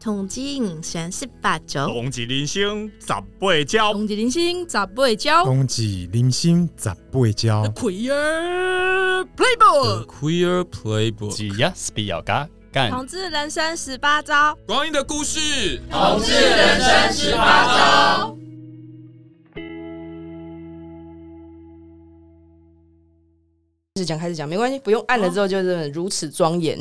统计人生十八啊招，同志人生十八招，同一人生十八招，冬季人生十八招， Queer Playbook， Queer Playbook，只要是比较嘎干，同志人生十八招。光阴的故事。同志人生十八招。开始讲，开始讲，没关系，不用按了之后就是如此庄严。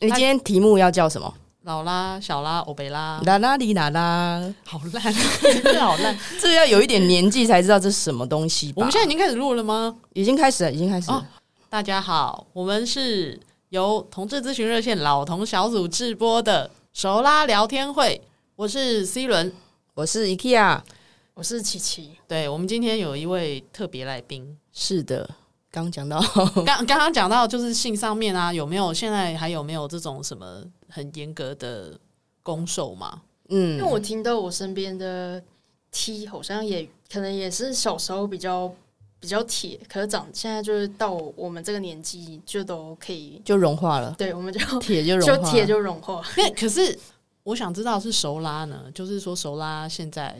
你今天题目要叫什么？老啦，小啦，欧北 啦，啦啦哩啦啦，好烂，真的好烂。这要有一点年纪才知道这是什么东西吧。我们现在已经开始录了吗？已经开始了，已经开始了。哦大家好，我们是由同志咨询热线老同小组制播的熟拉聊天会，我是 C 轮。我是 IKEA，我是琪琪，对我们今天有一位特别来宾， 是的，刚讲到刚刚刚讲到就是性上面啊，有没有现在还有没有这种什么很严格的攻受 嘛？嗯因为我听到我身边的 T 好像也可能也是小时候比较比较铁，可是长现在就是到我们这个年纪就都可以，就融化了，对，我们就铁就融化就了，铁就融化。那可是我想知道是熟拉呢，就是说熟拉现在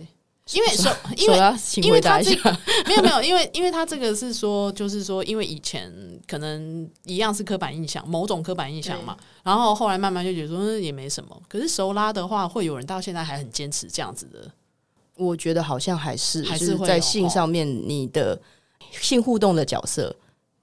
因为熟因手为要请因为回答他一这下。个没有没有，因为因为他这个是说，就是说，因为以前可能一样是刻板印象，某种刻板印象嘛，然后后来慢慢就觉得说嗯也没什么。可是熟拉的话，会有人到现在还很坚持这样子的，我觉得好像还是还是就是会在有性哦上面，你的性互动的角色，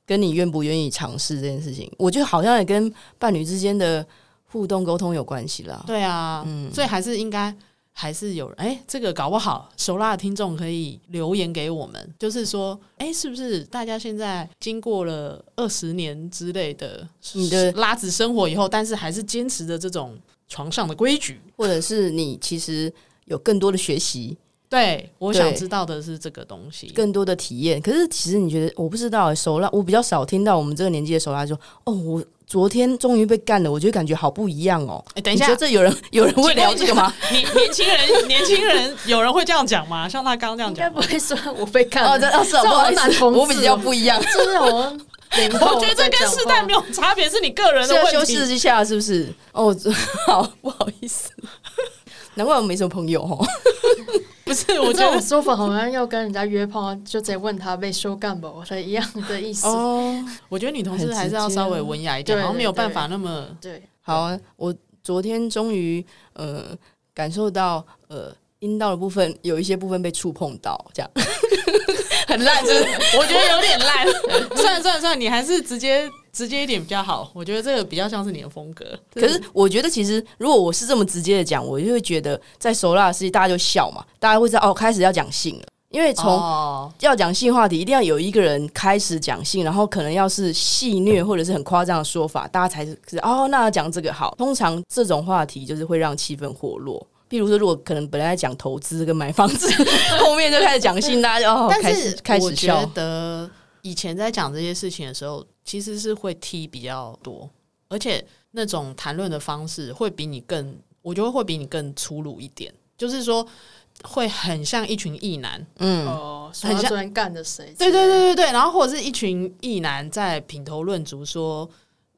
跟你愿不愿意尝试这件事情，我觉得好像也跟伴侣之间的互动沟通有关系啦。对啊，嗯所以还是应该还是有人哎、哎这个搞不好熟辣的听众可以留言给我们，就是说哎、是不是大家现在经过了二十年之类的你的拉子生活以后，但是还是坚持着这种床上的规矩？或者是你其实有更多的学习，对，我想对知道的是这个东西。更多的体验。可是其实你觉得，我不知道、欸、手拉，我比较少听到我们这个年纪的手拉说：“哦，我昨天终于被干了，我觉得感觉好不一样哦。哎等一下你觉得这有人有人会聊这 个吗？你年轻人，年轻人有人会这样讲吗？像他刚刚这样应该讲吗不，会说我被看哦，这哦是哦这不好好意像男思，同志哦我比较不一样，就是好像零后我觉得这跟世代没有差别，是你个人是的要问修题。饰一下，是不是？哦，这 好，不好意思，难怪我没什么朋友哦。不是，我我觉 这得种说法好像要跟人家约炮，就直接问他被收干不的一样的意思。哦，我觉得女同事还是要稍微文雅一点，很直接啊好像没有办法那么对， 好啊，我昨天终于呃感受到呃阴道的部分有一些部分被触碰到，这样很烂，就是 我觉得有点烂。算了算了算了，你还是直接直接一点比较好。我觉得这个比较像是你的风格。可是我觉得，其实如果我是这么直接的讲，我就会觉得在熟辣的事情，大家就笑嘛，大家会知道哦，开始要讲性了。因为从哦，要讲性话题，一定要有一个人开始讲性，然后可能要是戏虐或者是很夸张的说法，大家才是是哦，那讲这个好。通常这种话题就是会让气氛活络。譬如说，如果可能本来在讲投资跟买房子， 后面就开始讲性，大家就哦开但始是开我始觉笑。得以前在讲这些事情的时候，其实是会踢比较多，而且那种谈论的方式会比你更，我觉得会比你更粗鲁一点，就是说会很像一群异男。嗯，哦，说很他像昨天干的谁？对对，对对对，然后或者是一群异男在品头论足说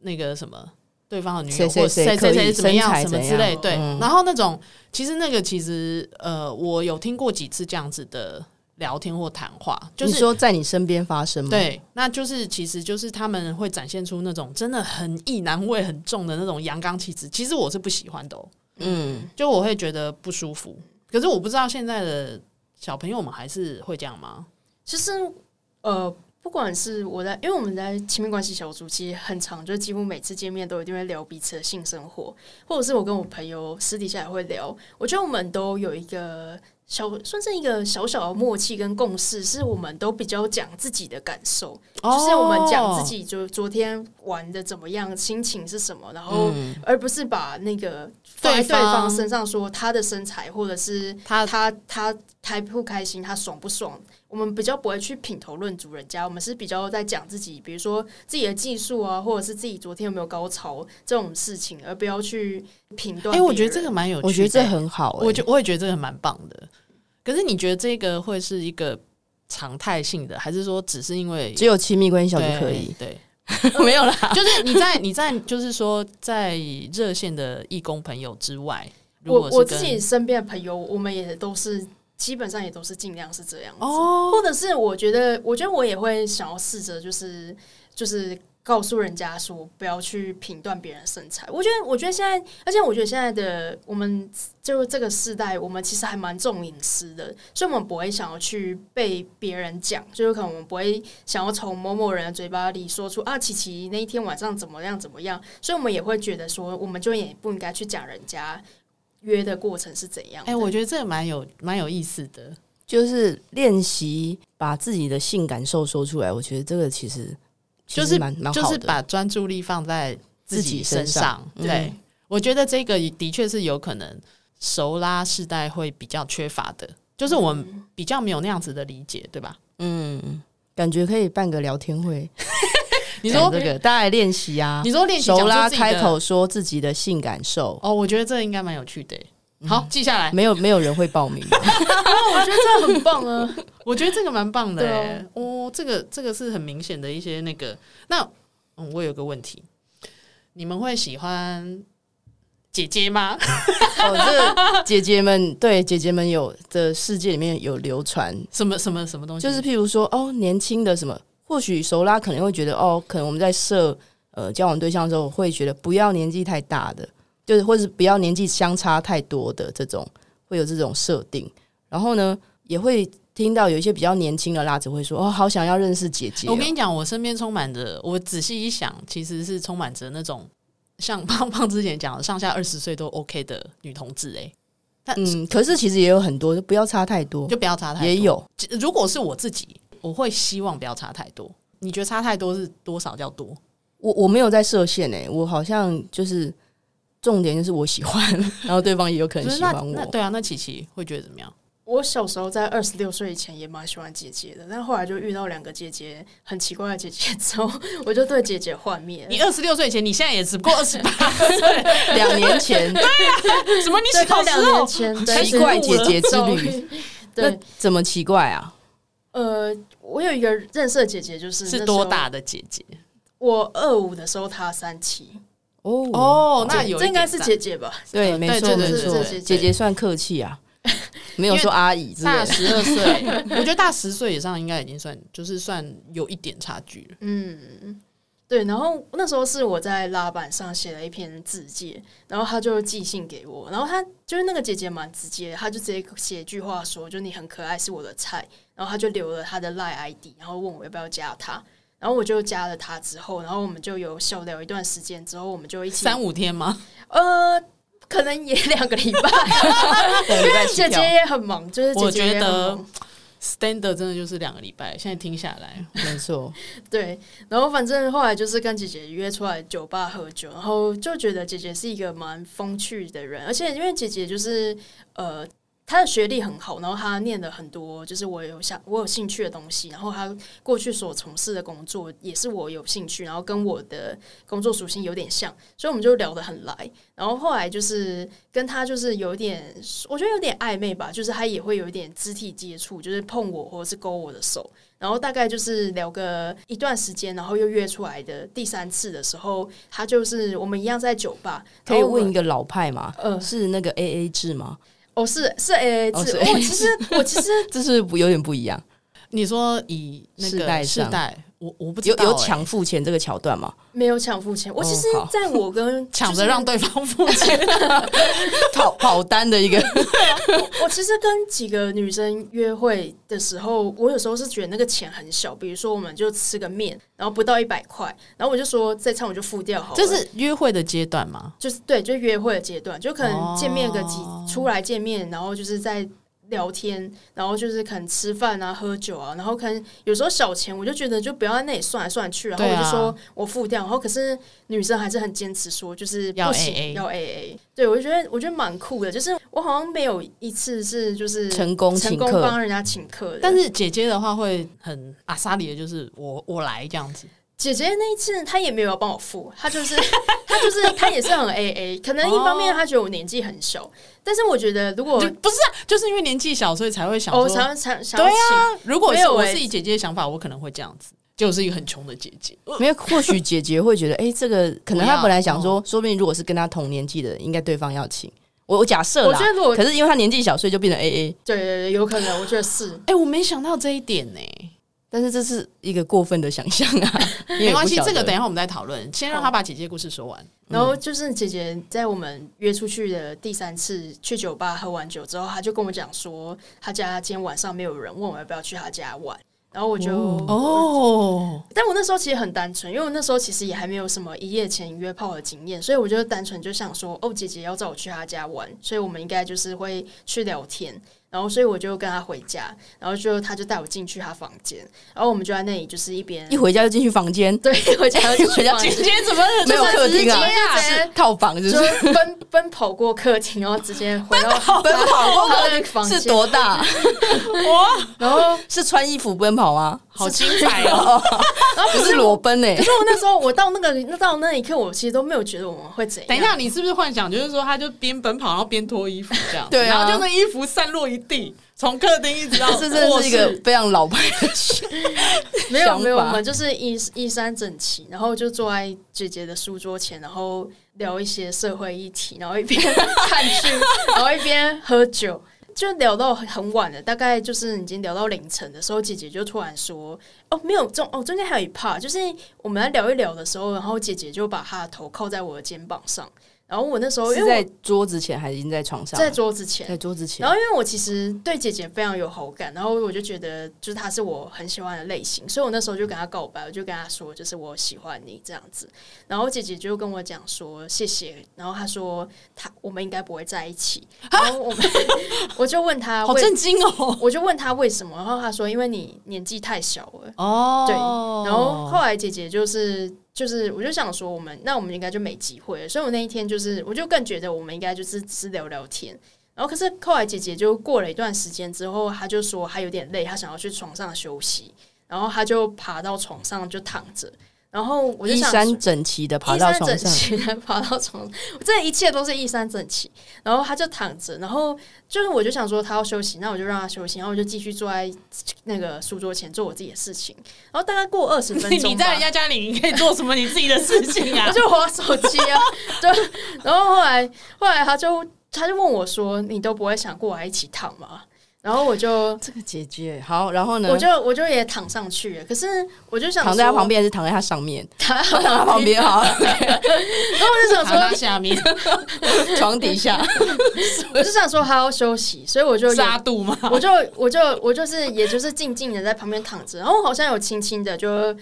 那个什么对方的女友谁谁或者谁谁谁可以谁怎么身样材什么怎之类，样对。嗯然后那种其实那个其实呃，我有听过几次这样子的聊天或谈话，就你是。说在你身边发生吗？，对，那就是其实就是他们会展现出那种真的很意男味很重的那种阳刚气质，其实我是不喜欢的、哦，嗯，就我会觉得不舒服。可是我不知道现在的小朋友们还是会这样吗？就是呃，不管是我在，因为我们在亲密关系小组，其实很长，就是几乎每次见面都一定会聊彼此的性生活，或者是我跟我朋友私底下也会聊。我觉得我们都有一个小，算是一个小小的默契跟共识，是我们都比较讲自己的感受，哦就是我们讲自己就昨天玩的怎么样，心情是什么，然后而不是把那个放在嗯对对方方身上说他的身材，或者是他他他开不开心，他爽不爽。我们比较不会去品头论足人家，我们是比较在讲自己，比如说自己的技术啊，或者是自己昨天有没有高潮这种事情，而不要去评断哎、别人。我觉得这个蛮有趣的，我觉得这很好、欸。我就我也觉得这个蛮棒的。可是你觉得这个会是一个常态性的，还是说只是因为只有亲密关系小就可以。对？对 没有啦，就是你在你在就是说在热线的义工朋友之外，如我果我是自跟己身边的朋友，我们也都是基本上也都是尽量是这样子。哦，或者是我觉得，我觉得我也会想要试着，就是就是告诉人家说，不要去评断别人的身材。我觉得，我觉得现在，而且我觉得现在的我们就这个时代，我们其实还蛮重隐私的，所以我们不会想要去被别人讲，就是可能我们不会想要从某某人的嘴巴里说出啊，琪琪那一天晚上怎么样怎么样，所以我们也会觉得说，我们就也不应该去讲人家约的过程是怎样的。哎、我觉得这个蛮有蛮有意思的。就是练习把自己的性感受说出来。我觉得这个其实其就实是蛮蛮好就的，是把专注力放在自己身自己身上嗯对，我觉得这个的确是有可能熟拉世代会比较缺乏的，就是我们嗯比较没有那样子的理解，对吧？嗯，感觉可以办个聊天会。 你说讲这个，大家来练习啊你。说练习讲熟出拉自己的开口说自己的性感受，哦，我觉得这应该蛮有趣的。嗯好，记下来。没有没有人会报名 的，我觉得这很棒啊！我觉得这个蛮棒的、对啊欸。哦，这个这个是很明显的一些那个。那嗯，我有个问题，你们会喜欢姐姐吗？ 哦，这姐姐们对姐姐们有的世界里面有流传，什么什么什么东西？就是譬如说哦，年轻的什么，或许熟拉可能会觉得哦，可能我们在设呃交往对象的时候，会觉得不要年纪太大的，就是或是不要年纪相差太多的这种，会有这种设定。然后呢，也会听到有一些比较年轻的辣子会说哦，好想要认识姐姐哦、我跟你讲，我身边充满着，我仔细一想，其实是充满着那种像 胖胖之前讲的，上下二十岁都 OK 的女同志、欸。哎，但、嗯，可是其实也有很多，就不要差太多，就不要差太多。也有如果是我自己，我会希望不要差太多。你觉得差太多是多少叫多？我我没有在设限诶、我好像就是重点就是我喜欢， 然后对方也有可能就是喜那欢我。那对啊，那琪琪会觉得怎么样？我小时候在二十六岁以前也蛮喜欢姐姐的，但后来就遇到两个姐姐很奇怪的姐姐之后，我就对姐姐幻灭了。你二十六岁以前，你现在也只不过二十八，两年前什啊么？你对，小到时两年候前对奇怪姐姐之走旅，那对，怎么奇怪啊？呃，我有一个认识的姐姐，就是那时是候多？大的姐姐？我二五的时候，她三七，哦哦，那有一这应该点是大姐姐吧？对，呃没对错对没对错对对，姐姐算客气啊，没有说阿姨之类大的。十二岁，我觉得大十岁以上应该已经算就是算有一点差距了。嗯，对。然后那时候是我在拉板上写了一篇自介，然后他就寄信给我，然后他就是那个姐姐蛮直接的，她就直接写一句话说，就你很可爱，是我的菜。然后他就留了他的 line ID，然后问我要不要加他。然后我就加了他之后，然后我们就有小聊一段时间之后，我们就一起三五天吗？呃，可能也 两个礼 拜， 因为姐姐也很忙，就是姐我姐也觉很得忙 standard 真的就是两个礼拜，现在听下来，没错， 对，然后反正后来就是跟姐姐约出来酒吧喝酒，然后就觉得姐姐是一个蛮风趣的人，而且因为姐姐就是呃，她的学历很好，然后她念了很多就是我有想我有兴趣的东西，然后她过去所从事的工作也是我有兴趣，然后跟我的工作属性有点像，所以我们就聊得很来。然后后来就是跟她就是有点，我觉得有点暧昧吧，就是她也会有一点肢体接触，就是碰我或者是勾我的手。然后大概就是聊个一段时间，然后又约出来的第三次的时候，他就是我们一样在酒吧，可以然后我问一个老派吗？呃，是那个 A A 制吗？哦是是 A A 哦制，是我、其实我其实这是不有点不一样，你说以那世个代世上代，我我不知有道欸有抢付钱这个桥段吗？ 没有抢付钱，我其实哦好在我 跟、抢就是着让对方付钱，跑跑单的一个，我其实跟几个女生约会的时候，我有时候是觉得那个钱很小，比如说我们就吃个面，然后不到一百块，然后我就说这餐我就付掉好 了，这是约会的阶段吗？就是对，就约会的阶段，就可能见面个几、哦出来见面，然后就是在聊天，然后就是可能吃饭啊、喝酒啊，然后可能有时候小钱我就觉得就不要在那里算来算去，然后对我啊就说我付掉，然后可是女生还是很坚持说就是要不行 AA 要 AA，对我就觉得我觉得蛮酷的，就是我好像没有一次是就是成功成请功客帮人家请客的，但是姐姐的话会很阿莎里的，就是我我来这样子，姐姐那一次，她也没有要帮我付，她就是 她就是她也是很 A A，可能一方面她觉得我年纪很小，但是我觉得如果就不是啊，就是因为年纪小，所以才会想哦说，我常常想对要请，啊，如果没是有我欸是以姐姐的想法，我可能会这样子。就是一个很穷的姐姐。呃没有，或许姐姐会觉得，哎、这个可能不她要哦本来想说，说不定如果是跟她同年纪的人，应该对方要请。我我假设我啦觉，得如果可对是因为她年纪小，所以就变成 A A。对对，有可能，我觉得是。哎、我没想到这一点呢、但是这是一个过分的想象啊，因为也 没不关系，晓得这个等一下我们再讨论，先让好他把姐姐故事说完。然后就是姐姐在我们约出去的第三次去酒吧喝完酒之后，她就跟我讲说，她家今天晚上没有人，问我要不要去她家玩。然后我就哦，但我那时候其实很单纯，因为我那时候其实也还没有什么一夜情约炮的经验，所以我就单纯就想说，哦，姐姐要找我去她家玩，所以我们应该就是会去聊天。然后，所以我就跟她回家，然后就她就带我进去她房间，然后我们就在那里就是一边一回家就进去房间，对一回家就进去房间，姐怎么没有客厅啊，直接是套房，就就是是 奔奔跑过客厅，然后 直接回到奔跑过她的房间，是多大？然后是穿衣服奔跑吗？好精彩哦！ 然后不可是是裸奔欸诶、可是我那时候我到那个那到那一刻，我其实都没有觉得我们会怎样。等一下，你是不是幻想就是说，他就边奔跑然后边脱衣服这样？对啊然后就那衣服散落一地，从客厅一直到哦这真的 卧是室一个非常老派的想没有没有，我法们就是衣衣衫整齐，然后就坐在姐姐的书桌前，然后聊一些社会议题，然后一边看 剧，然后一边喝酒，就聊到很很晚了，大概就是已经聊到凌晨的时候，姐姐就突然说：“哦，没有中哦，中间还有一 part，就是我们来聊一聊的时候，然后姐姐就把她的头靠在我的肩膀上，然后我那时哦候因是为在我桌子前还是已经在床上？在桌子前在，桌子前然，后因为我其实对姐姐非常有好感，然后我就觉得就是她是我很喜欢的类型，所以我那时候就跟她告白，我就跟她说就是我喜欢你这样子。然后姐姐就跟我讲说谢谢，然后她说她我们应该不会在一起。然后我们 我就问她好为震惊哦！我就问她为什么，然后她说因为你年纪太小了。哦对，然后后来姐姐就是就是，我就想说我们那我们应该就没机会了，所以我那一天就是我就更觉得我们应该就是只是聊聊天。然后可是后来姐姐就过了一段时间之后，她就说她有点累，她想要去床上休息，然后她就爬到床上就躺着，然后我就衣想说衫整齐的爬到床上，一山整齐的 爬到床上，这一切都是一山整齐。然后他就躺着，然后就是我就想说他要休息，那我就让他休息，然后我就继续坐在那个书桌前做我自己的事情。然后大概过二十分 钟 吧，你在人家家里，你可以做什么你自己的事情啊我？ 就划手机啊， 就然后后来后来他就他就问我说：“你都不会想过来一起躺吗？”然后我就这个姐姐好，然 后呢？我就我就也躺上去了，可是我就想躺在她说旁，边还是躺在她上面？躺躺在她旁边好，然后我就 躺想到说，啊下面 床底下。我就想说他要休息，所以我就也杀肚吗？我就我就我就是也就是静静的在旁边躺着，然后我好像有轻轻的就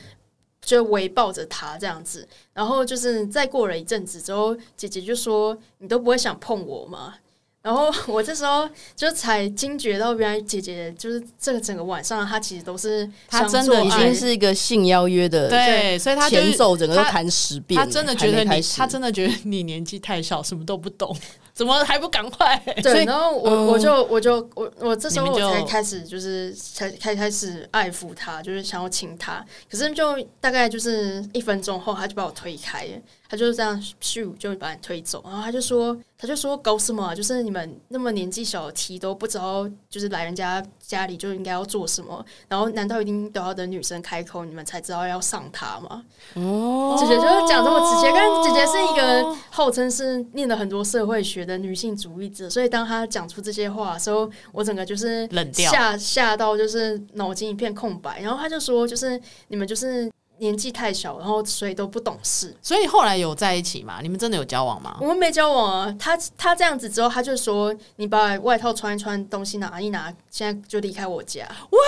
就围抱着他这样子，然后就是再过了一阵子之后，姐姐就说：“你都不会想碰我吗？”然后 我这时候就才惊觉到，原来姐姐就是这个整个晚上，她其实都是她想真的做已爱经是一个性邀约的对，所以他就是前奏，整个都他弹十遍他了。真的觉还得没你开，始他真的觉得你年纪太小，什么都不懂， 怎么还不赶快？所以对，然后我、嗯我就我就我我这时候哦你我们就才开始就是才开开始爱抚他，就是想要亲他，可是就大概就是一分钟后，他就把我推开了，他就是这样咻就把你推走，然后他就说他就说搞什么啊、就是你们那么年纪小的 T 都不知道，就是来人家家里就应该要做什么，然后难道一定都要等女生开口你们才知道要上她吗？哦，姐姐就是讲这么直接，但姐姐是一个号称是念了很多社会学的女性主义者，所以当她讲出这些话的时候，我整个就是冷掉吓吓到就是脑筋一片空白。然后她就说，就是你们就是年纪太小，然后所以都不懂事。所以后来有在一起吗？你们真的有交往吗？我们没交往啊，她她这样子之后，她就说你把外套穿一穿，东西拿一拿，现在就离开我家。What？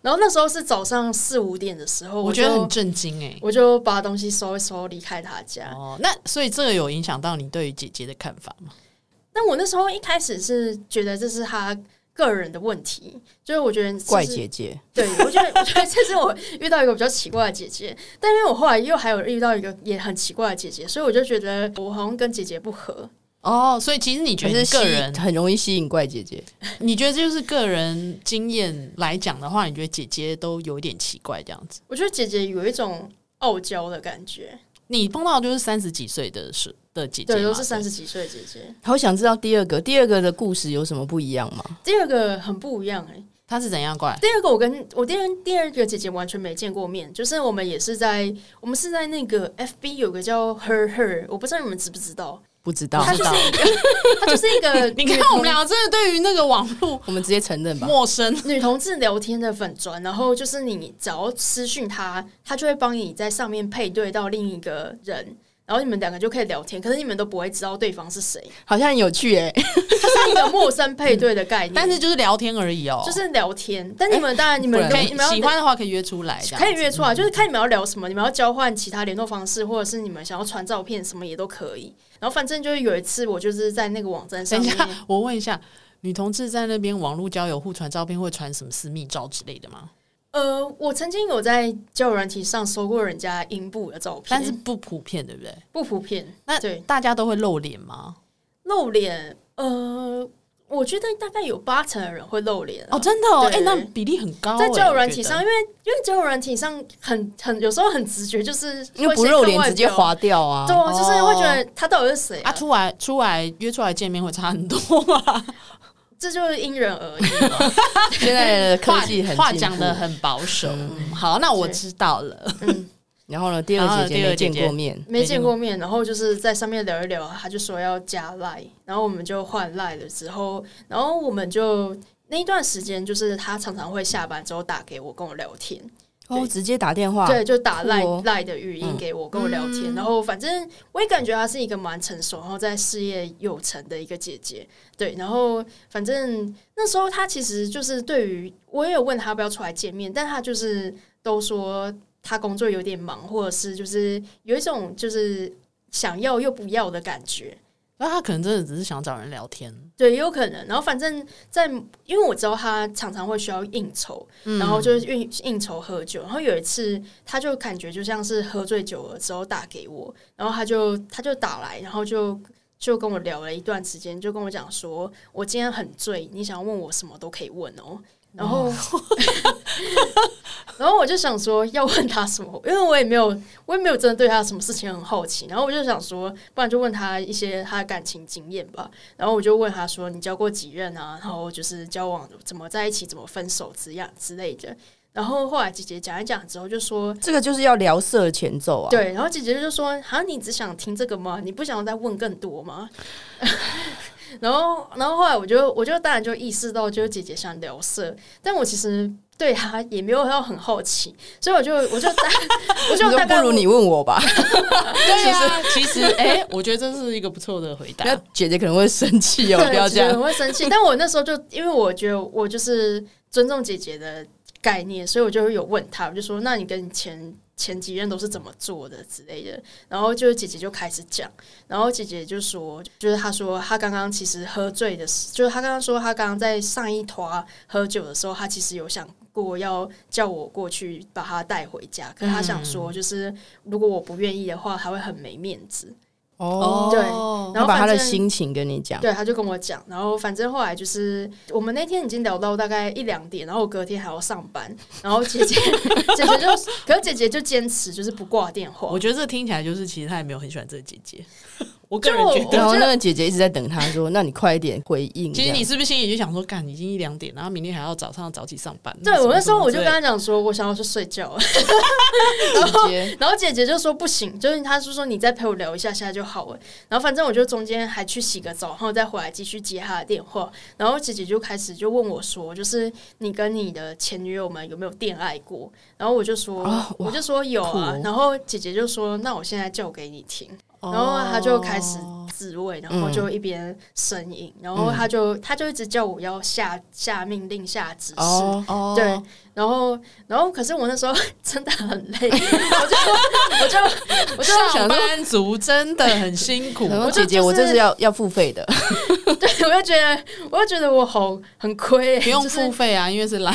然后那时候是早上四五点的时候，我我觉得就很震惊哎、我就把东西收一收，离开她家。哦，那所以这个有影响到你对于姐姐的看法吗？但我那时候一开始是觉得这是他个人的问题，就是我觉得这是怪姐，姐，对我觉得我觉得这是我遇到一个比较奇怪的姐姐，但因为我后来又还有遇到一个也很奇怪的姐姐，所以我就觉得我好像跟姐姐不合。哦，所以其实你觉还得是 你吸个人，很容易吸引怪姐姐。你觉得就是个人经验来讲的话，你觉得姐姐都有点奇怪这样子。我觉得姐姐有一种傲娇的感觉，你碰到就是三十几岁的是的姐姐嘛，对，都是三十几岁的姐姐。好想知道第二个，第二个的故事有什么不一样吗？第二个很不一样哎、他是怎样 怪？第二个，我跟我第二第二个姐姐完全没见过面，就是我们也是在我们是在那个 FB 有个叫 Her Her，我不知道你们知不知道，不知道，她就是一个 她就是一个你看我们两个真的对于那个网络我们直接承认吧。陌生，女同志聊天的粉砖，然后就是你只要私讯她，她就会帮你在上面配对到另一个人。然后你们两个就可以聊天，可是你们都不会知道对方是谁，好像很有趣 哎、它是一个陌生配对的概念。但是就是聊天而已哦，就是聊天，但你们当然你们不然跟可你以们要喜欢的话可以约出来，这样嗯可以约出来，啊就是看你们要聊什么，你们要交换其他联络方式，或者是你们想要传照片什么也都可以。然后反正就是有一次，我就是在那个网站上等一面，下，我问一下，女同志在那边网络交友互传照片会传什么私密照之类的吗？呃，我曾经有在交友软体上搜过人家阴部的照片，但是不普遍，对不对？不普遍。那对大家都会露脸吗？露脸，呃，我觉得大概有八成的人会露脸啊、哦，真的哦，哎、对那比例很高、在哎交友软体上，我因为因为交友软体上很很有时候很直觉，就是因为会不先露看脸外直接表划掉啊对。啊，就是会觉哦得他到底是谁觉得啊，出来出来约出来见面会差很多 吧？这就是因 人而异。现在的科技很话话进讲步的很保守、嗯好，那我对知道了。然后呢，第二然后姐第姐二没见姐姐过面，没见过面，然后就是在上面聊一聊，他就说要加赖，然后我们就换赖了之后，然后我们就那一段时间，就是他常常会下班之后打给我跟我聊天，哦，直接打电话，对，就打酷赖哦嗯赖的语音给我跟我聊天，然后反正我也感觉她是一个蛮成熟，然后在事业有成的一个姐姐，对，然后反正那时候她其实就是对于我也有问她要不要出来见面，但她就是都说她工作有点忙，或者是就是有一种就是想要又不要的感觉，那他可能真的只是想找人聊天，对，也有可能。然后反正在，因为我知道他常常会需要应酬，然后就是应应酬喝酒。然后有一次，他就感觉就像是喝醉酒了之后打给我，然后他就他就打来，然后就就跟我聊了一段时间，就跟我讲说，我今天很醉，你想要问我什么都可以问哦。然后， 然后我就想说要问他什么，因为我也没有，我也没有真的对他什么事情很好奇。然后我就想说，不然就问他一些他的感情经验吧。然后我就问他说：“你交过几任啊？然后就是交往怎么在一起，怎么分手之样之类的。”然后后来姐姐讲一讲之后就说这个就是要聊色的前奏：“啊。，对。”然后姐姐就说：“好像你只想听这个吗？你不想再问更多吗？” 然后，然后后来我就我就当然就意识到，就是姐姐想聊色，但我其实对她也没有到很好奇，所以我就我就大 我就你大说不概如你问我吧，对啊，其实哎、我觉得这是一个不错的回答那。姐姐可能会生气哦，对，不要我这觉得样。我会生气。但我那时候就因为我觉得我就是尊重姐姐的概念，所以我就有问她，我就说：“那你跟你前前几任都是怎么做的之类的？”然后就是姐姐就开始讲，然后姐姐就说：“就是她说她刚刚其实喝醉的时，就是她刚刚说她刚刚在上一团喝酒的时候，她其实有想。”过要叫我过去把她带回家，可是她想说，就是如果我不愿意的话，她会很没面子。哦，对然她后把她的反正心情跟你讲，对，他就跟我讲，然后反正后来就是我们那天已经聊到大概一两点，然后我隔天还要上班，然后姐姐 姐姐就，可是姐姐就坚持就是不挂电话我，觉得这听起来就是，其实他也没有很喜欢这个姐 姐。我就个人觉我得，然后觉那得个姐姐一直在等她说：“那你快一点回应。”其实这样你是不是心里就想说，干已经一两点，然后明天还要早上早起上班？对什么我那时候我就什跟么之类她讲说，我想要去睡觉了，姐姐然后姐姐就说不行，就是她就说你再陪我聊一下下就好了，然后反正我就中间还去洗个澡，然后再回来继续接她的电话，然后姐姐就开始就问我说，就是你跟你的前女友们有没有恋爱过？然后我就说，啊哇我就说有酷啊哦，然后姐姐就说，那我现在叫给你听。哦然后他就开始自慰，然后嗯就一边呻吟，然后他就他就一直叫我要下下命令、下指示。哦，哦对，然后，然后，可是我那时候 真的很累，我就，我就，我就上班族真的很辛苦。然后 我就姐姐，就是我这是要要付费的， 对，我就觉得，我就觉得我好很亏、欸，不用就是付费啊，因为是来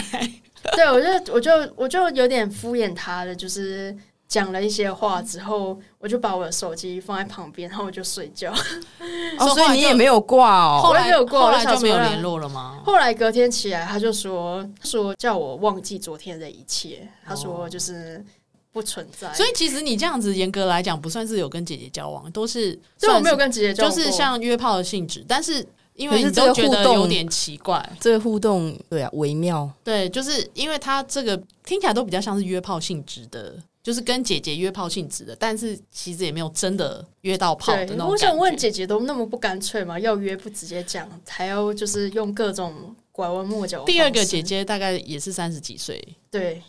对，我就我就我就有点敷衍他了，就是讲了一些话之后，我就把我的手机放在旁边，然后我就睡觉。 哦，说所话以就你也没有挂哦。后 我来也没有过后我来想就没有说联络了吗？后来隔天起来，他就说说叫我忘记昨天的一切，他说就是不存在，哦所以其实你这样子严格来讲，不算是有跟姐姐交往，都是所以我没有算跟姐姐是交往就是过像约炮的性质，但是因可为是你这都个觉得互动有点奇怪。这个互动对啊，微妙。对，就是因为他这个听起来都比较像是约炮性质的，就是跟姐姐约炮性质的，但是其实也没有真的约到炮的对那，种我想问感觉姐姐都那么不干脆吗？要约不直接讲，还要就是用各种拐弯抹角的方式。第二个姐姐大概也是三十几岁，对，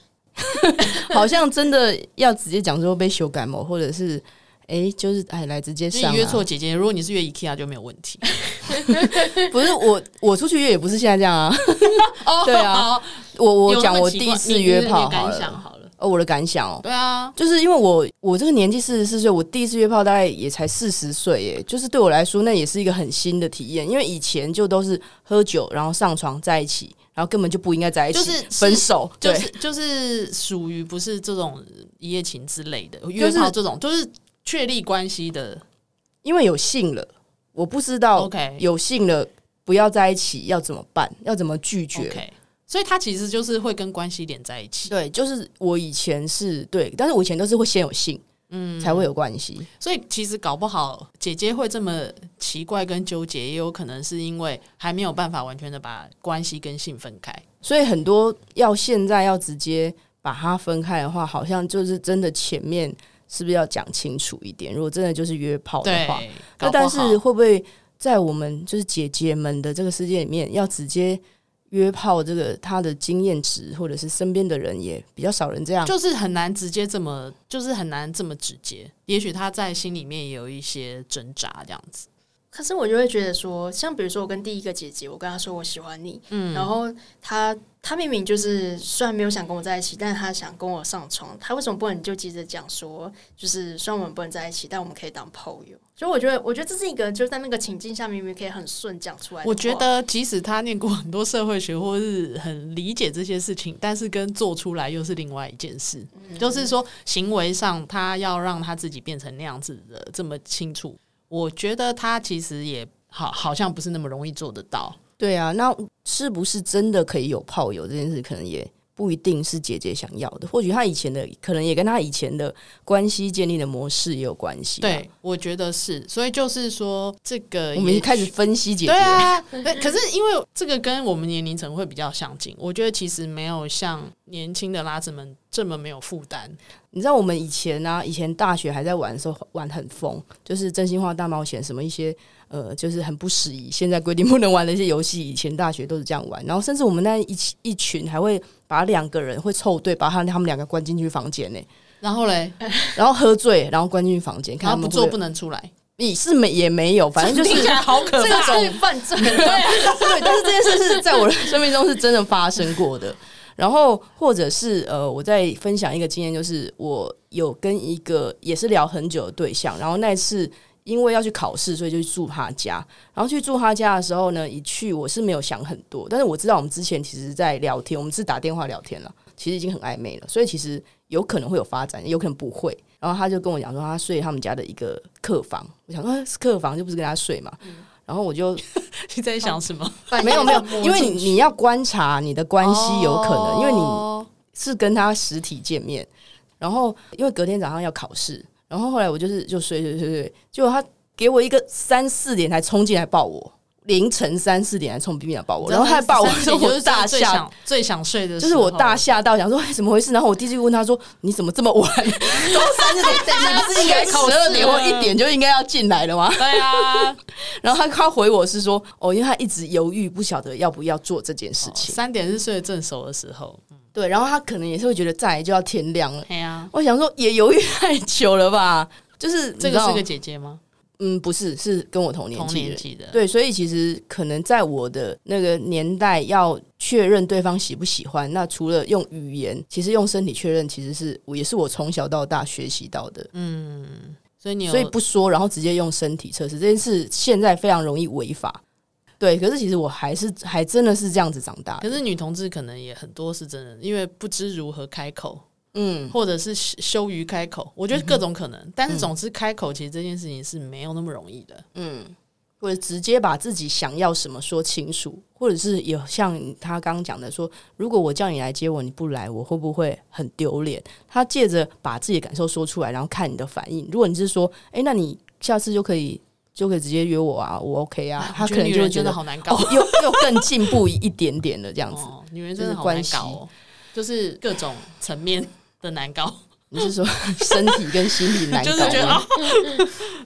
好像真的要直接讲说被修感冒，或者是哎、诶就是哎来直接就上、是约错啊，姐姐。如果你是约 IKEA 就没有问题。不是我我出去约也不是现在这样啊， 哦对啊，我我讲我第一次约炮好感想了，好了。哦我的感想哦，对啊，就是因为我我这个年纪四十四岁，我第一次约炮大概也才四十岁耶，就是对我来说那也是一个很新的体验，因为以前就都是喝酒然后上床在一起，然后根本就不应该在一起，就是分手，就对是就是属于不是这种一夜情之类的是约炮这种，就是确立关系的。因为有性了，我不知道 OK 有性了不要在一起要怎么办，要怎么拒绝。 OK，所以它其实就是会跟关系连在一起。对，就是我以前是对，但是我以前都是会先有性，嗯，才会有关系。所以其实搞不好姐姐会这么奇怪跟纠结，也有可能是因为还没有办法完全的把关系跟性分开。所以很多要现在要直接把它分开的话，好像就是真的前面是不是要讲清楚一点？如果真的就是约炮的对话，，那搞不但是好会不会在我们就是姐姐们的这个世界里面，要直接约炮这个她的经验值，或者是身边的人也比较少人这样？就是很难直接这么，就是很难这么直接。也许她在心里面也有一些挣扎，这样子。可是我就会觉得说，像比如说我跟第一个姐姐，我跟她说我喜欢你，嗯然后她她明明就是虽然没有想跟我在一起，但是她想跟我上床，她为什么不能就急着讲说，就是虽然我们不能在一起，但我们可以当炮友？所以我觉得，我觉得这是一个就在那个情境下明明可以很顺讲出来的话。我觉得，即使她念过很多社会学，或是很理解这些事情，但是跟做出来又是另外一件事。嗯就是说，行为上她要让她自己变成那样子的这么清楚，我觉得她其实也好，好像不是那么容易做得到。对啊，那是不是真的可以有炮友这件事，可能也不一定是姐姐想要的。或许她以前的，可能也跟她以前的关系建立的模式也有关系。，啊对，我觉得是。所以就是说，这个我们也开始许分析姐姐。对啊，对可是因为这个跟我们年龄层会比较相近，我觉得其实没有像年轻的拉子们这么没有负担。你知道我们以前呢、以前大学还在玩的时候玩很疯，就是真心话大冒险什么一些呃，就是很不适宜，现在规定不能玩的一些游戏，以前大学都是这样玩。然后甚至我们那一起一群还会把两个人会凑对，把他他们两个关进去房间呢，然后嘞，然后喝醉，然后关进去房间，看然哎他后们会不做有不能出来，你是没也没有，反正就是听起来 好可这个怕。啊是犯罪，对，对，但是这件事是在我的生命中是真的发生过的。然后，或者是呃，我在分享一个经验，就是我有跟一个也是聊很久的对象，然后那一次因为要去考试，所以就去住他家。然后去住他家的时候呢，一去我是没有想很多，但是我知道我们之前其实在聊天，我们是打电话聊天了，其实已经很暧昧了，所以其实有可能会有发展，有可能不会。然后他就跟我讲说，他睡他们家的一个客房，我想说、啊、是客房就不是跟他睡嘛，然后我就 你在想什么？ 没有没 有，因为你你要观察你的关系，有可能，因为你哦是跟他实体见面，然后因为隔天早上要考试，然后后来我就是就睡睡睡睡，结果他给我一个三四点才冲进来抱我，凌晨三四点才冲进来抱我，然后还抱我， 13说点就我是大最吓想最想睡的时就候，是我大吓到，想说哎怎么回事？然后我弟就问他说：“你怎么这么晚？ 都三点，你不是应该十二点或一点就应该要进来了吗？”对 啊，然后他他回我是说：“哦，因为他一直犹豫，不晓得要不要做这件事情。三点是睡得正熟的时候。对，然后他可能也是会觉得再来就要天亮了。哎呀，我想说，也犹豫 太久了吧？就是这你知个道是个姐姐吗？嗯，不是，是跟我同年同纪的年人。纪的，对，所以其实可能在我的那个年代，要确认对方喜不喜欢，那除了用语言，其实用身体确认，其实是我也是我从小到大学习到的。所以你有所以不说，然后直接用身体测试这件事，现在非常容易违法。对，可是其实我还是还真的是这样子长大的。可是女同志可能也很多是真的，因为不知如何开口，嗯，或者是羞羞于开口，我觉得各种可能。但是总之，开口其实这件事情是没有那么容易的。嗯或者直接把自己想要什么说清楚，或者是有像他刚刚讲的说，如果我叫你来接我，你不来，我会不会很丢脸？他借着把自己的感受说出来，然后看你的反应。如果你是说，哎、那你下次就可以就可以直接约我啊，我 OK 啊。他我觉可得能女就会人觉真得的好难搞哦，，又又更进步一点点了这样子。哦，女人就真的是好关难系搞哦，就是各种层面的难搞，你是说身体跟心理难搞 就吗？是觉得啊，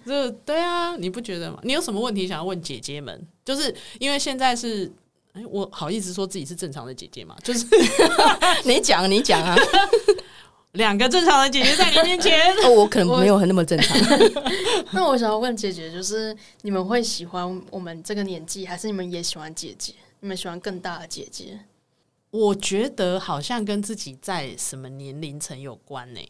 就对啊，你不觉得吗？你有什么问题想要问姐姐们？就是因为现在是。哎，我好意思说自己是正常的姐姐嘛？就是 你讲你讲啊，两个正常的姐姐在你面前，哦，我可能没有很那么 正常。那我想要问姐姐，就是你们会喜欢我们这个年纪，还是你们也喜欢姐姐？你们喜欢更大的姐姐？我觉得好像跟自己在什么年龄层有关呢、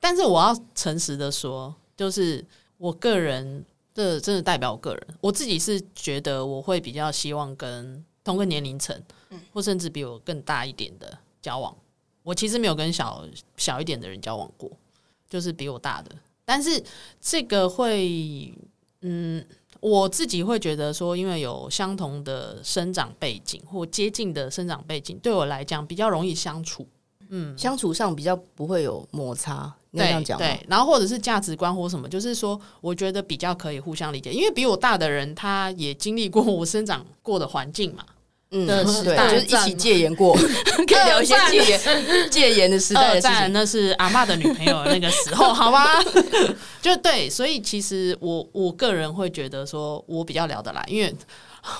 但是我要诚实的说，就是我个人这真的代表我个人，我自己是觉得我会比较希望跟同个年龄层，或甚至比我更大一点的交往。我其实没有跟小小一点的人交往过，就是比我大的。但是这个会，嗯，我自己会觉得说，因为有相同的生长背景或接近的生长背景，对我来讲比较容易相处。嗯，相处上比较不会有摩擦，你要这对样讲吗？哦对，然后或者是价值观或什么，就是说，我觉得比较可以互相理解，因为比我大的人，他也经历过我生长过的环境嘛，嗯，的时代对，就是一起戒严 过，可以聊一些戒严 戒严的时代二的事战情。哦那是阿嬷的女朋友那个时 候，好吧？ 就对，所以其实我我个人会觉得说，我比较聊得来，因为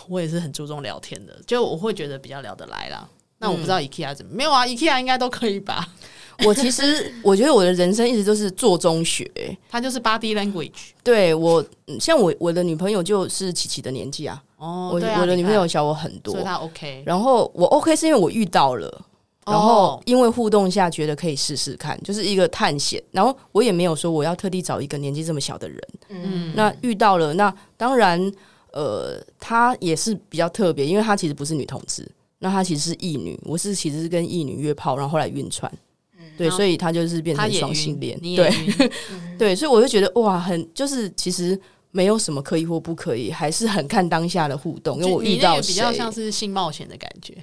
我也是很注重聊天的，就我会觉得比较聊得来啦。那我不知道嗯 IKEA 怎么、没有啊？IKEA 应该都可以吧？我其实我觉得我的人生一直都是做中学，它就是 body language 对我嗯像我我的女朋友就是琪琪的年纪啊，哦，我对啊我的女朋友你小我很看多所以，她 OK，然后我 OK 是因为我遇到了。然后哦因为互动下，觉得可以试试看，就是一个探险。然后我也没有说我要特地找一个年纪这么小的人。嗯，那遇到了，那当然，呃，她也是比较特别，因为她其实不是女同志，那她其实是异女。我是其实是跟异女约炮，然后后来晕船，对，嗯然后所以她就是变她成也双晕性恋，你也对。晕对，所以我就觉得哇，很就是其实没有什么可以或不可以，还是很看当下的互动，因为就我你遇那到个比较谁像是性冒险的感觉，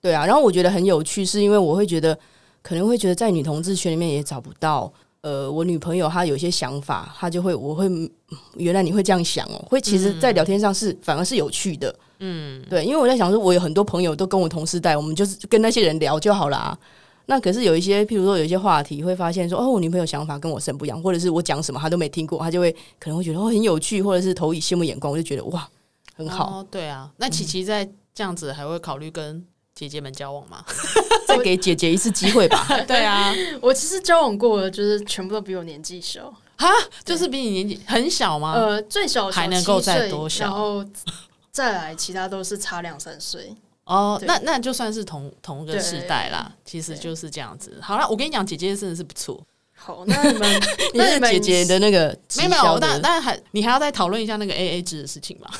对啊，然后我觉得很有趣，是因为我会觉得可能会觉得在女同志圈里面也找不到。呃，我女朋友她有一些想法，她就会，我会，嗯原来你会这样想哦，会其实，在聊天上是、反而是有趣的，嗯，对，因为我在想说，我有很多朋友都跟我同事带，我们就是跟那些人聊就好啦。那可是有一些，譬如说有一些话题，会发现说，哦，我女朋友想法跟我生不一样，或者是我讲什么她都没听过，她就会可能会觉得哦很有趣，或者是投以羡慕眼光，我就觉得哇很好，哦，对啊，那琪琪在这样子还会考虑跟姐姐们交往 吗？再给姐姐一次机会吧。对啊，我其实交往过的，就是全部都比我年纪小，哈，就是比你年纪很小啊吗？呃，最小的时候还能够7再岁多小然后再来其他都是差两三岁。哦，对那那就算是同同个世代啦，其实就是这样子。好了，我跟你讲，姐姐真的是不错，好， 那你们 你是姐姐的那个没直有没销有，的但但还你还要再讨论一下那个 A A 制的事情嘛？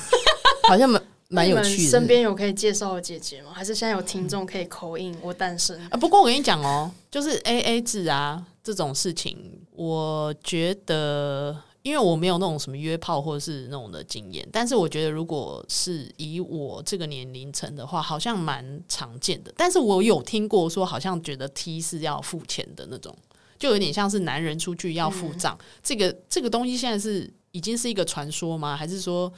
好像 蛮那蛮你有们趣的。身边有可以介绍的姐姐吗？还是现在有听众可以口音？我单身。啊，不过我跟你讲哦，就是 A A 制啊这种事情，我觉得，因为我没有那种什么约炮或者是那种的经验，但是我觉得如果是以我这个年龄层的话，好像蛮常见的。但是我有听过说，好像觉得 T 是要付钱的那种，就有点像是男人出去要付账。嗯这个这个东西现在是已经是一个传说吗？还是说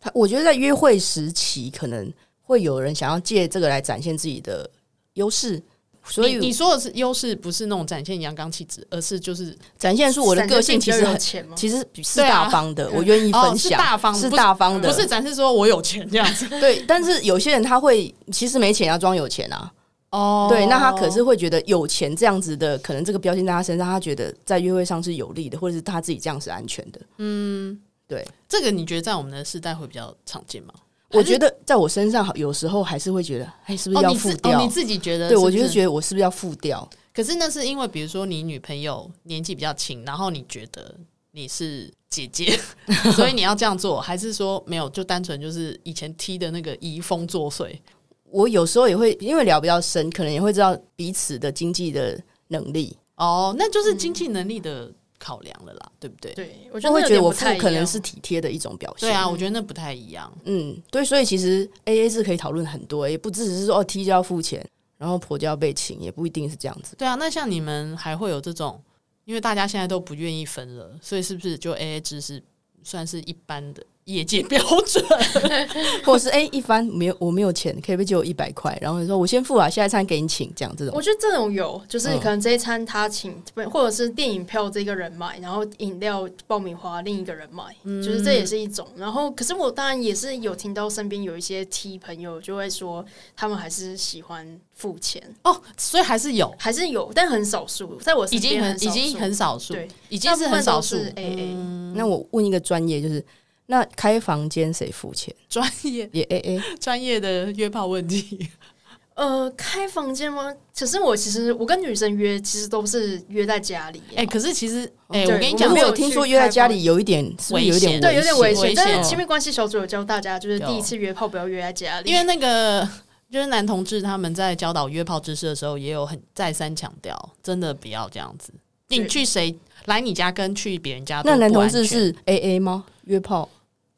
他我觉得在约会时期，可能会有人想要借这个来展现自己的优势，所你你以说的是优势，不是那种展现阳刚气质，而是就是展现出我的个性其实有很钱吗？其实是对啊大方的，我愿意哦分是享，大方是不大方的，不是展示说我有钱这样子。对。但是有些人他会其实没钱要装有钱啊，哦对，那他可是会觉得有钱这样子的，可能这个标签在他身上，他觉得在约会上是有利的，或者是他自己这样是安全的。这个，你觉得在我们的世代会比较常见吗？我觉得在我身上有时候还是会觉得，哎，是不是哦，要你付自掉？哦，你自己觉得对是我不就是是觉得我是不是要付掉？可是那是因为，比如说你女朋友年纪比较轻，然后你觉得你是姐姐， 所以你要这样做，还是说没有，就单纯就是以前踢的那个移风作祟？我有时候也会因为聊比较深，可能也会知道彼此的经济的能力，哦，那就是经济能力的考量了啦，对不对？对，我觉就得会觉得那有点我不付太一可能样是体贴的一种表现。对啊，我觉得那不太一样。嗯，对，所以其实 A A 制可以讨论很多，也不只是说哦 T 就要付钱，然后婆就要被请，也不一定是这样 子。对啊，那像你们还会有这种，因为大家现在都不愿意分了，所以是不是就 A A 制是算是一般的、业界标准。 或者是哎、一翻没有我没有钱，可以不可以借我一百块？然后你说我先付啊，下一餐给你请，这样这种我觉得这种有，就是嗯可能这一餐他请，不或者是电影票这个人买，然后饮料爆米花另一个人买，嗯就是这也是一种。然后，可是我当然也是有听到身边有一些 T 朋友就会说，他们还是喜欢付钱，哦，所以还是有，还是有，但很少数，在我身已经边很少已经数很少数对，已经是很少数。嗯大部分都是 AA 那我问一个专业，就是那开房间谁付钱？专业也 A A，专业的约炮问题，呃，开房间吗？可是我其实我跟女生约，其实都是约在家里耶。 哎、可是其实，哎、哦对我跟你我讲们没没，有有听去说约在开家房里有一点，是不是有一点危对，有点危险险。但危是险亲密关系小组有教大家，就是有第一次约炮不要约在家里，因为那个就是男同志他们在教导约炮知识的时候，也有很再三强调，真的不要这样子。对你去谁来你家跟去别人家啊都那男不同安志全是 A A 吗？约炮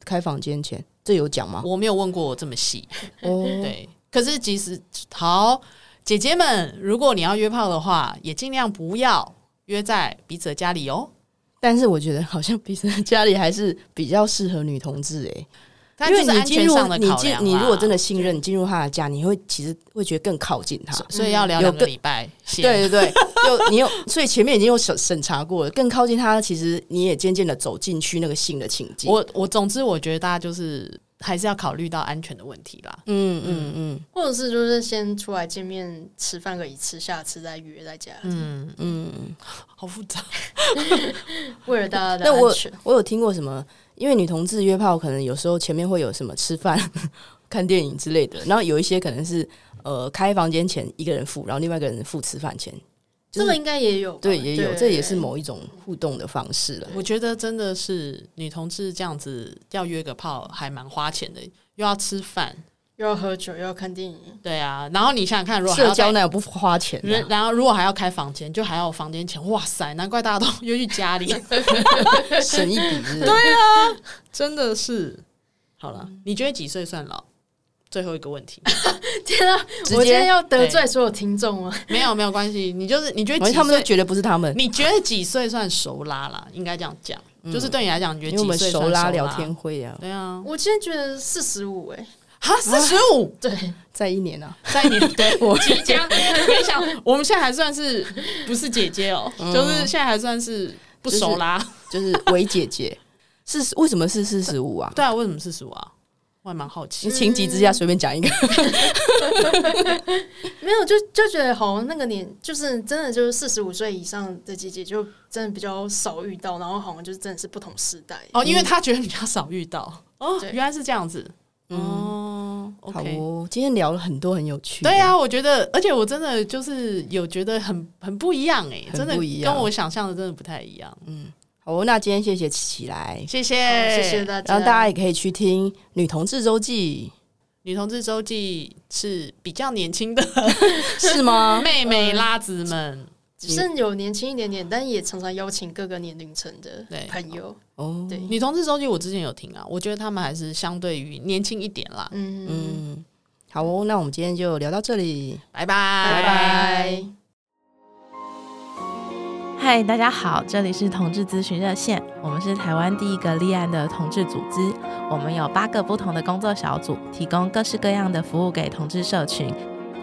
开房间前，这有讲吗？我没有问过我这么细，哦，嗯对。可是其实好，姐姐们，如果你要约炮的话，也尽量不要约在彼此的家里哦。但是我觉得好像彼此的 家里还是比较适合女同志哎、但因就为是你安进全入上的你考进量啊你如果啦真的信任，你进入他的家，你会其实会觉得更靠近他。所以要聊嗯有两个更礼拜先，对对对，有你有， 所以前面已经有审审查过了，更靠近他，其实你也渐渐的走进去那个性的情境。我我总之我觉得大家就是还是要考虑到安全的问题啦。嗯嗯嗯或者是就是先出来见面吃饭个一次，下次再约在家里，嗯，嗯，好复杂。为了大家的那我安全。我有听过什么，因为女同志约炮，可能有时候前面会有什么吃饭、 看电影之类的，然后有一些可能是呃开房间前一个人付，然后另外一个人付吃饭钱，就这是个应该也有吧，对也有，这也是某一种互动的方式了。哦我觉得真的是女同志这样子要约个炮还蛮花钱的，又要吃饭，又要喝酒，又要看电影，对啊。然后你想想看，如果还社要交再那有不花钱的、然然后如果还要开房间，就还要有房间钱，哇塞，难怪大家都 约去家里， 省一笔是不是？对，真的是。好了，嗯你觉得几岁算老？最后一个问题， 天啊！直我今天接，要得罪所有听众吗？没有没有关系，你就是你觉得反正几他们都岁？觉得不是他们，你觉得几岁算熟拉啦？应该这样讲，就是对你来讲，你觉因得为我几们岁算熟拉拉聊天？会啊，对啊，我今天觉得四十五，哎，哈，四十五，对，在一年啊，在 你对我即将，我跟你讲，我们现在还算是不是姐姐哦，就是现在还算是不熟啦。嗯就是维姐姐 是为什么是四十五啊？对啊，为什么四十五啊？我还蛮好奇你。情急之下随便讲一个，没有，就就觉得好像那个年，就是真的就是四十五岁以上的姐姐，就真的比较少遇到，然后好像就是真的是不同时代。哦，因为他觉得比较少遇到哦，对原来是这样子哦。嗯好 OK，哦，今天聊了很多很有趣，对，啊，我觉得，而且我真的就是有觉得很很不一样哎，很真的不一样跟我想象的真的不太一样。好哦，那今天谢谢起来，谢好谢，谢谢大家，然后大家也可以去听《女同志周记女同志周记是比较年轻的》，是吗？ 妹妹拉子们，只是有年轻一点点，但也常常邀请各个年龄层的对朋友。哦，对，女同志周记我之前有听啊，我觉得他们还是相对于年轻一点啦。嗯嗯，嗯，好哦，那我们今天就聊到这里。拜拜，拜拜拜。嗨，大家好，这里是同志咨询热线，我们是台湾第一个立案的同志组织，我们有八个不同的工作小组，提供各式各样的服务给同志社群。